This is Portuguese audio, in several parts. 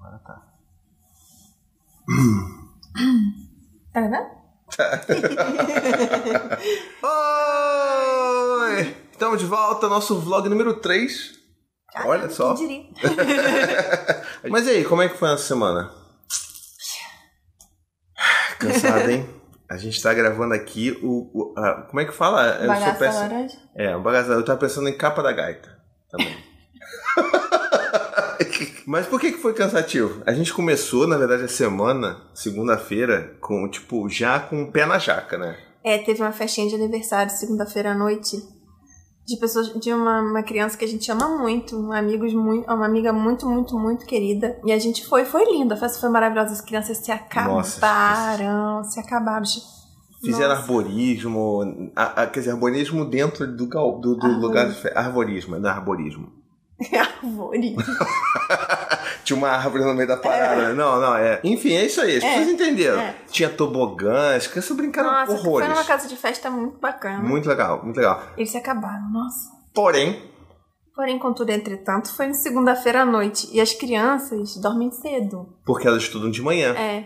Agora tá. Tá, Oi! Estamos de volta ao nosso vlog número 3. Olha só. Quem diria? Mas e aí, como é que foi essa semana? Cansado, hein? A gente tá gravando aqui o. o- a- como é que fala? Eu Bagaça péssimo. laranja. É, um bagaçado. Eu tava pensando em capa da gaita também. Mas por que, que foi cansativo? A gente começou, na verdade, a semana, segunda-feira, com, tipo, já com o pé na jaca, né? É, teve uma festinha de aniversário segunda-feira à noite. De pessoas, de uma, uma criança que a gente ama muito, um amigos muito, uma amiga muito, muito, muito querida. E a gente foi, foi lindo, a festa foi maravilhosa, as crianças se acabaram, Nossa, se acabaram. Fizeram Nossa. arborismo, a- a- quer dizer, arborismo dentro do, gal- do, do Arborismo. lugar de fe... Arborismo, não é arborismo. Árvore. Tinha uma árvore no meio da parada. né? Não, não, é. Enfim, é isso aí, as É, pessoas entenderam. é. Tinha tobogã, as crianças brincaram Nossa, foi horrores. numa né? casa de festa muito bacana. Muito legal, muito legal. Eles se acabaram, nossa. Porém, Porém, contudo, entretanto, foi na segunda-feira à noite. E as crianças dormem cedo. porque elas estudam de manhã. É,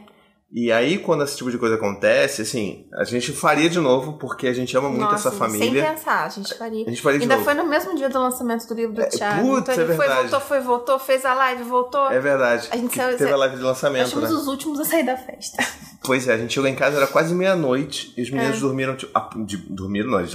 E aí, quando esse tipo de coisa acontece, assim, a gente faria de novo, porque a gente ama muito nossa, essa família. sem pensar, a gente faria. A gente faria é de Ainda novo. foi no mesmo dia do lançamento do livro do Thiago. putz, então é ele foi, verdade. voltou, foi, voltou, fez a live, voltou. É verdade. A gente que saiu- teve a live de Nós lançamento, né? fomos os últimos a sair da festa. Pois é, a gente chegou em casa, era quase meia-noite, e os meninos dormiram, tipo, ap- de- dormiram não, eles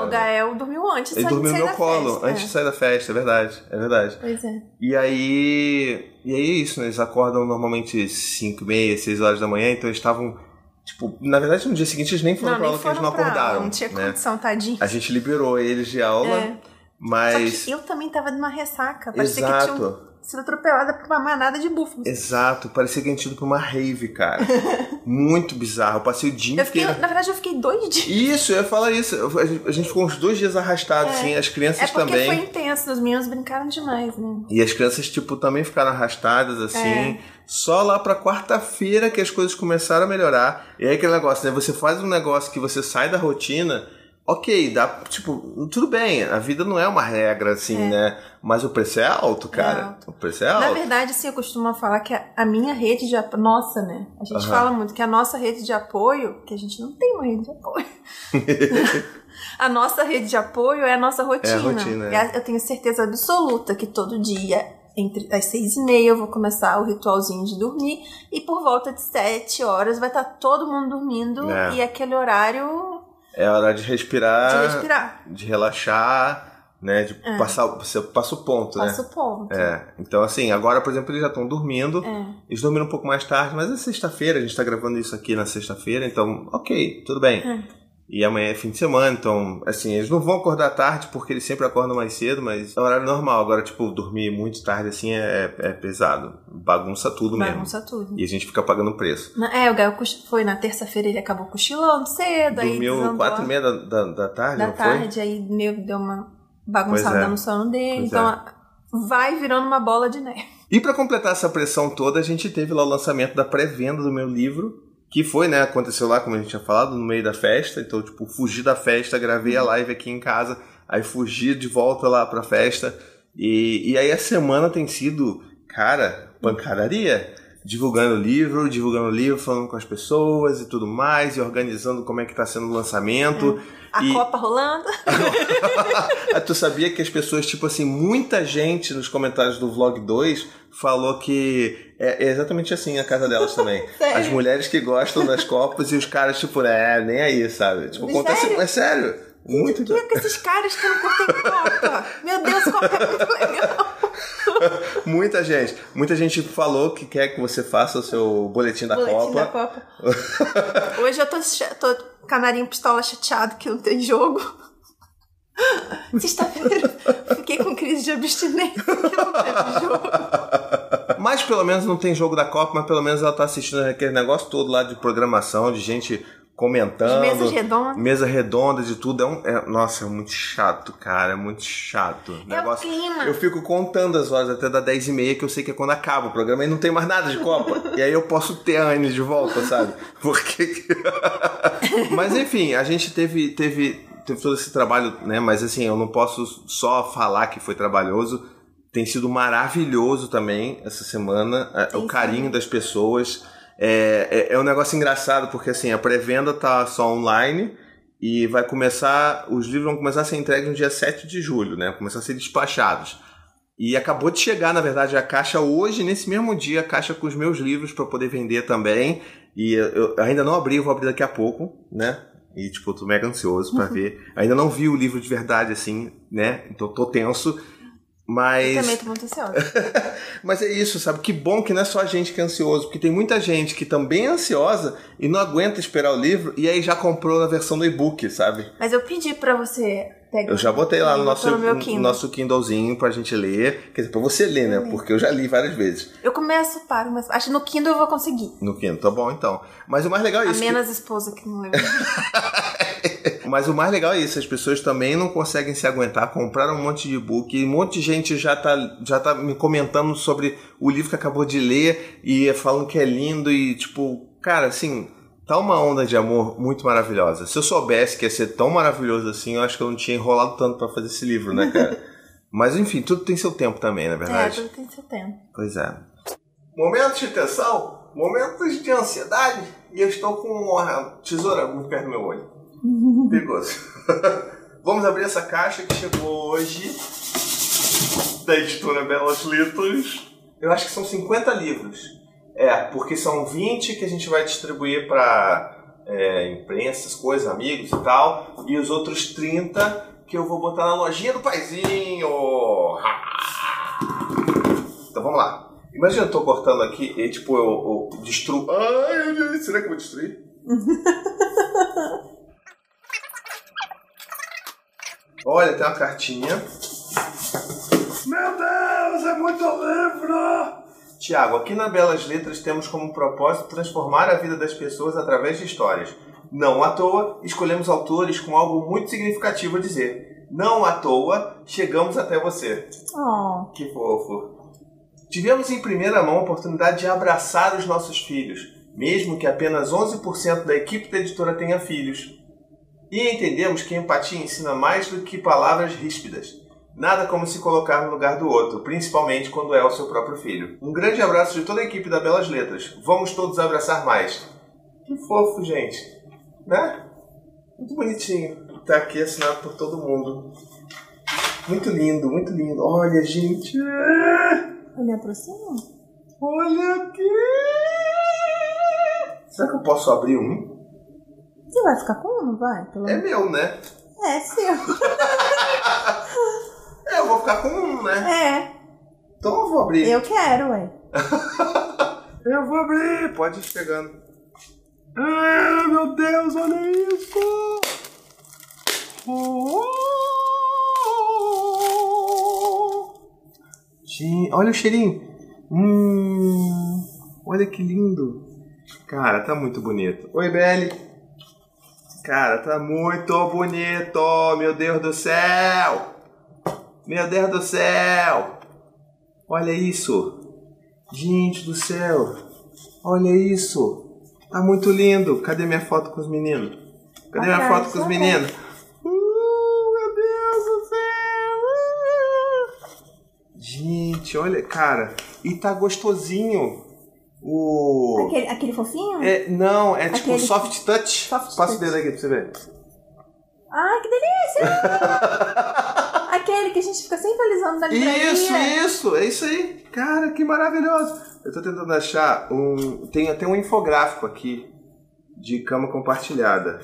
É. Não, o né? Gael dormiu antes. Ele só dormiu de no sair meu da colo, festa. antes de sair da festa, é verdade, é verdade. É. Pois é. E aí, e aí é isso, né? Eles acordam normalmente 5, meia, 6 horas da manhã, então eles estavam, tipo, na verdade no dia seguinte eles nem foram não, pra nem aula, porque eles foram não pra acordaram, aula, não tinha né? condição, tadinho. A gente liberou eles de aula, É. mas... Só que eu também tava de uma ressaca. Parecia que tinha um- Exato, sido atropelada por uma manada de búfalos. exato. Parecia que a gente tinha ido pra uma rave, cara. Muito bizarro. Eu passei o dia Eu fiquei, inteiro. na verdade, eu fiquei dois dias. Isso, eu ia falar isso. Eu- a gente- A gente ficou uns dois dias arrastado, assim, as crianças É porque também. foi intenso, os meninos brincaram demais, né? E as crianças, tipo, também ficaram arrastadas, É. assim. Só lá pra quarta-feira que as coisas começaram a melhorar. E aí aquele negócio, né? Você faz um negócio que você sai da rotina. Ok, dá, tipo, tudo bem, a vida não é uma regra, assim, né? Mas o preço é alto, cara. É alto. O preço é Na alto. verdade, assim, eu costumo falar que a, a minha rede de apoio. Nossa, né? A gente Aham. fala muito que a nossa rede de apoio, que a gente não tem uma rede de apoio. a nossa rede de apoio é a nossa rotina. rotina, é. E a- Eu tenho certeza absoluta que todo dia, entre as seis e meia, eu vou começar o ritualzinho de dormir. E por volta de sete horas vai estar todo mundo dormindo. É. Ah, E aquele horário É hora de de respirar, de, respirar. relaxar, né? De É. passar, você passa o ponto, Passa né? o ponto. É. Então, assim, agora, por exemplo, eles já estão dormindo. É. Eles dormiram um pouco mais tarde, mas é sexta-feira, a gente tá gravando isso aqui na sexta-feira, então, ok, tudo bem. É. E amanhã é fim de semana, então, assim, eles não vão acordar tarde porque eles sempre acordam mais cedo, mas é um horário normal. Agora, tipo, dormir muito tarde assim é, é pesado. Bagunça tudo mesmo. Bagunça tudo. E a gente fica pagando preço. Na- É, o Gael cochi- foi na terça-feira, ele acabou cochilando cedo, aí Dormiu desandou quatro e meia da, da, da tarde, da não foi? tarde, aí meio que deu uma bagunçada Pois é. no sono dele. Pois então é. a- vai virando uma bola de neve. E pra completar essa pressão toda, a gente teve lá o lançamento da pré-venda do meu livro, que foi, né, aconteceu lá, como a gente tinha falado, no meio da festa. Então, tipo, fugi da festa, gravei a live aqui em casa, aí fugi de volta lá pra festa. E, e aí a semana tem sido, cara, pancadaria. Divulgando o livro, divulgando o livro, falando com as pessoas e tudo mais, e organizando como é que tá sendo o lançamento. A E- Tá. Copa rolando. Ah, tu sabia que as pessoas, tipo assim, muita gente nos comentários do Vlog 2 falou que é é exatamente assim a casa delas também. Sério? As mulheres que gostam das copas e os caras, tipo, é, nem aí, sabe? Tipo, acontece. Sério? É sério. Muito. Que é com esses caras que não curtem Copa? Meu Deus, Copa é muito legal. Muita gente. Muita gente falou que quer que você faça o seu boletim da Boletim Copa. da Copa. é Hoje eu tô, cha- tô canarinho pistola chateado que não tem jogo. Sexta-feira fiquei com crise de abstinência que não É teve jogo. Mas pelo menos não tem jogo da Copa, mas pelo menos ela tá assistindo aquele negócio todo lá de programação, de gente As comentando. mesas redondas. Mesa redonda de tudo é um. é- nossa, é muito chato, cara. É muito chato. É o clima. Eu fico contando as horas até da 10 e meia, que eu sei que é quando acaba o programa e não tem mais nada de Copa. e aí eu posso ter a Anne de volta, sabe? Porque. que- Mas enfim, a gente teve, teve, teve todo esse trabalho, né? Mas assim, eu não posso só falar que foi trabalhoso. tem sido maravilhoso também essa semana. a- Tem o sim. carinho das pessoas. É, é, é um negócio engraçado, porque assim, a pré-venda tá só online e vai começar. Os livros vão começar a ser entregues no dia 7 de julho, né? Começar a ser despachados. E acabou de chegar, na verdade, a caixa hoje, nesse mesmo dia, a caixa com os meus livros para poder vender também. E eu eu ainda não abri, eu vou abrir daqui a pouco, né? E, tipo, eu tô mega ansioso Uhum. pra ver. Ainda não vi o livro de verdade, assim, né? Então tô tenso. Mas. Eu também tô muito ansiosa. Mas é isso, sabe? Que bom que não é só a gente que é ansioso, porque tem muita gente que também é ansiosa e não aguenta esperar o livro e aí já comprou na versão do e-book, sabe? Mas eu pedi pra você pegar. Eu já botei lá no nosso, Botou tá no meu no Kindle. nosso Kindlezinho pra gente ler. Quer dizer, pra você ler, né? Porque eu já li várias vezes Eu começo, paro, mas acho que no Kindle eu vou conseguir. no Kindle. Tá bom, então. Mas o mais legal é A isso. que- É menos esposa que não lembra. Mas o mais legal é isso, as pessoas também não conseguem se aguentar, compraram um monte de e-book, e um monte de gente já tá, já tá me comentando sobre o livro que acabou de ler e falando que é lindo e tipo, cara, assim, tá uma onda de amor muito maravilhosa. Se eu soubesse que ia ser tão maravilhoso assim, eu acho que eu não tinha enrolado tanto pra fazer esse livro, né, cara? Mas enfim, tudo tem seu tempo também, na é, verdade. tudo tem seu tempo. Pois é. Momentos de tensão, momentos de ansiedade, e eu estou com uma tesoura perto do meu olho. Perigoso. Vamos abrir essa caixa que chegou hoje da editora Belas Letras. Eu acho que são 50 livros. É, porque são 20 que a gente vai distribuir para é, imprensa, essas coisas, amigos e tal. E os outros 30 que eu vou botar na lojinha do paizinho. Então vamos lá. Imagina eu tô cortando aqui e tipo eu, eu destruo. Ai, meu Deus, será que eu vou destruir? Olha, tem uma cartinha. Meu Deus, é muito livro! Tiago, aqui na Belas Letras temos como propósito transformar a vida das pessoas através de histórias. Não à toa, escolhemos autores com algo muito significativo a dizer. Não à toa, chegamos até você. Oh, Que fofo. Tivemos em primeira mão a oportunidade de abraçar os nossos filhos, mesmo que apenas 11% da equipe da editora tenha filhos. E entendemos que a empatia ensina mais do que palavras ríspidas. Nada como se colocar no lugar do outro, principalmente quando é o seu próprio filho. Um grande abraço de toda a equipe da Belas Letras. Vamos todos abraçar mais. Que fofo, gente. Né? Muito bonitinho. Tá aqui assinado por todo mundo. Muito lindo, muito lindo. Olha, gente. eu me aproximo? Olha aqui. Será que eu posso abrir um? Você vai ficar com um, não vai? Pelo... É meu, né? É, seu. É, eu vou ficar com um, né? É, Então eu vou abrir. eu quero, ué. Eu vou abrir. Pode ir chegando. Ah, meu Deus, olha isso. Oh! Gente, olha o cheirinho. Hum, olha que lindo. Cara, tá muito bonito. Oi, Belle. Cara, tá muito bonito. Meu Deus do céu. Meu Deus do céu. Olha isso. Gente do céu. Olha isso. Tá muito lindo. Cadê minha foto com os meninos? Cadê minha Atrás, foto com os atrás. meninos? Uh, meu Deus do céu. Uh. Gente, olha, cara. E tá gostosinho. O... Aquele, aquele fofinho? É, não, é tipo Aquele- soft touch. Soft Passa o touch. dedo aqui pra você ver. Ai, que delícia! aquele que a gente fica sempre alisando na livraria. Isso, isso, é isso aí. Cara, que maravilhoso. Eu tô tentando achar um. Tem até um infográfico aqui de cama compartilhada.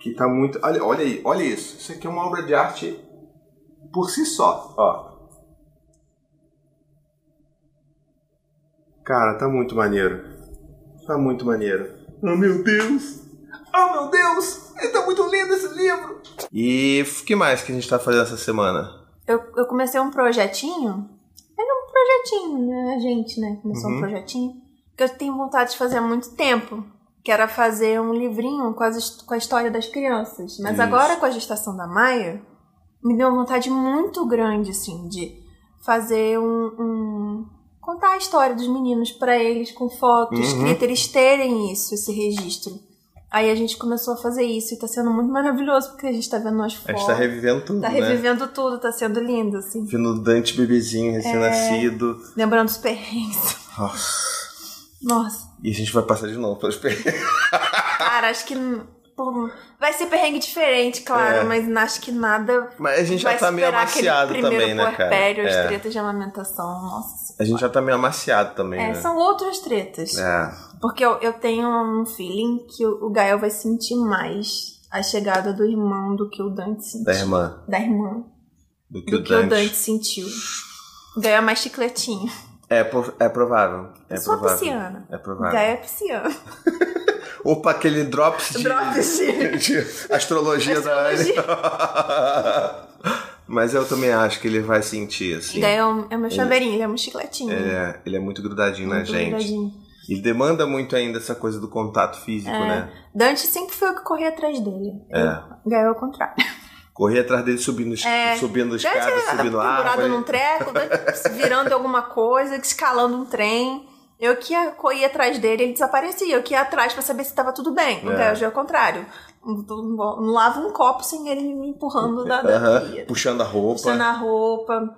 Que tá muito. Olha, olha aí, olha isso. Isso aqui é uma obra de arte por si só. Ó. Cara, tá muito maneiro. Tá muito maneiro. Oh meu Deus! Oh meu Deus! Ele tá muito lindo esse livro! E o que mais que a gente tá fazendo essa semana? Eu, eu comecei um projetinho. Era um projetinho, né? A gente, né? Começou Uhum. um projetinho. Que eu tenho vontade de fazer há muito tempo. Que era fazer um livrinho com, as, his- com a história das crianças. Mas Isso. agora, com a gestação da Maia, me deu uma vontade muito grande, assim, de fazer um. um- contar a história dos meninos pra eles com fotos, Uhum. que eles terem isso, esse registro. Aí a gente começou a fazer isso e tá sendo muito maravilhoso, porque a gente tá vendo nós A fotos. gente tá revivendo tudo, tá né? revivendo É. tudo, tá sendo lindo, assim. Vendo o Dante bebezinho recém-nascido. Lembrando os perrengues. Nossa. Nossa. E a gente vai passar de novo pelas perrengues. Cara, acho que. pô, vai ser perrengue diferente, claro, É. mas acho que nada. Mas a gente já vai tá meio superar aquele amaciado primeiro também, né, cara? puerpério, As É. tretas de amamentação. Nossa. A gente já tá meio amaciado também, É, né? são outras tretas. É. Porque eu, eu tenho um feeling que o o Gael vai sentir mais a chegada do irmão do que o Dante sentiu. Da irmã. Da irmã. Do que, Do o, que o Dante. Dante sentiu. O Gael é mais chicletinho. É, pro- é provável. É Eu sou provável. pisciana. É O provável. Gael é pisciano. Opa, aquele drops de, Drops de- de astrologia da Astrologia. Anne. Mas eu também acho que ele vai sentir, O assim. Gael é um- é meu chaveirinho, ele é um chicletinho. Ele é, ele é muito grudadinho na Muito gente. grudadinho. Ele demanda muito ainda essa coisa do contato físico, É. né? Dante sempre foi o que corria atrás dele. É. Gael é o contrário. Correr atrás dele subindo, es- É. subindo Dante escada, é subindo pendurado árvore. num treco, Dante virando alguma coisa, escalando um trem. Eu que ia correr atrás dele, ele desaparecia. Eu que ia atrás pra saber se tava tudo bem. O É. Gael já é o contrário. Não- Não não lava um copo sem ele me empurrando da, da Aham, pia. Puxando a roupa. Puxando a roupa.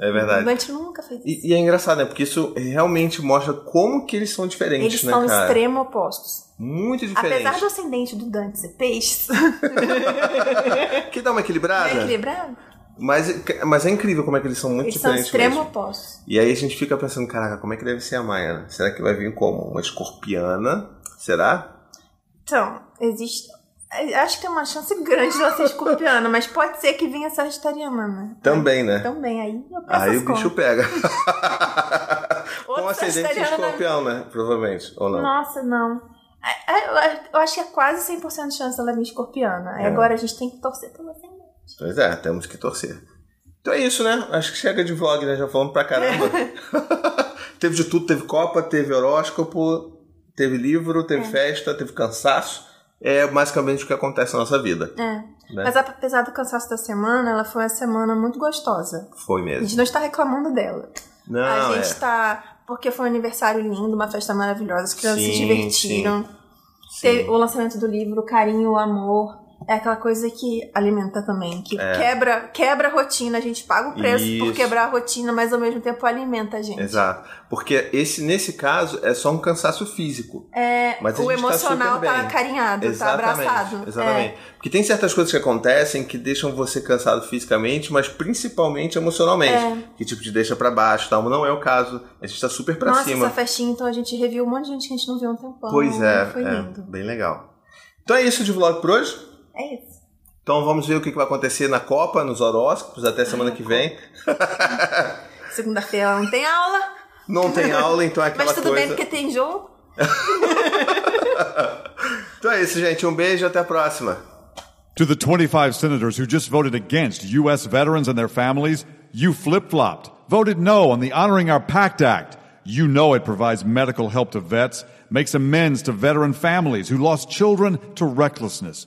É verdade. Dante nunca fez isso. E, e é engraçado, né? Porque isso realmente mostra como que eles são diferentes, Eles né, são cara? extremo opostos. Muito Apesar diferentes. do ascendente do Dante ser peixe, Que dá uma equilibrada. é equilibrado, Mas, mas é incrível como é que eles são muito eles são diferentes extremo mesmo. opostos. E aí a gente fica pensando, caraca, como é que deve ser a Maia? né? Será que vai vir como? Uma escorpiana? Será? Então, existe. Acho que tem uma chance grande de ela ser escorpiana, mas pode ser que venha sagitariana, né? Também, né? Também, aí eu peço aí as o bicho contas. pega. Outro Com ascendente em sagitariano, né? escorpião, né? Provavelmente. Ou não? Nossa, não. É, é, Eu acho que é quase 100% de chance dela vir escorpiana. Aí É. Agora a gente tem que torcer pelo ascendente. Pois é, temos que torcer. Então é isso, né? Acho que chega de vlog, né? Já falamos pra caramba. teve de tudo, teve Copa, teve horóscopo, teve livro, teve É. festa, teve cansaço. É basicamente o que acontece na nossa vida. É. Né? Mas apesar do cansaço da semana, ela foi uma semana muito gostosa. Foi A mesmo. gente não está reclamando dela. Não, a gente é. tá. Porque foi um aniversário lindo, uma festa maravilhosa, as crianças se Sim, divertiram. Sim. Teve o lançamento do livro, o carinho, o amor. É aquela coisa que alimenta também, que quebra, quebra a rotina, a gente paga o preço por É. Isso. quebrar a rotina, mas ao mesmo tempo alimenta a gente. Exato. Porque esse, nesse caso, é só um cansaço físico. É, Mas a o gente tá emocional super tá, bem. acarinhado, tá abraçado. Exatamente. Porque tem certas coisas que acontecem que deixam você cansado fisicamente, mas principalmente emocionalmente. Que tipo te deixa pra baixo, tal. Não é o caso. A gente tá super É. pra Nossa, cima. essa festinha, então a gente reviu um monte de gente que a gente não viu há um tempão. Pois é, Foi é, lindo. bem legal. Então é isso de vlog por hoje. É isso. Então vamos ver o que que vai acontecer na Copa, nos horóscopos, até semana que vem. Segunda-feira não tem aula, Não tem aula, então é aquela mas tudo bem coisa. porque tem jogo. Então é isso, gente. Um beijo até a próxima. To the 25 senators who just voted against U.S. veterans and their families, you flip flopped, voted no on the Honoring Our Pact Act. You know it provides medical help to vets, makes amends to veteran families who lost children to recklessness.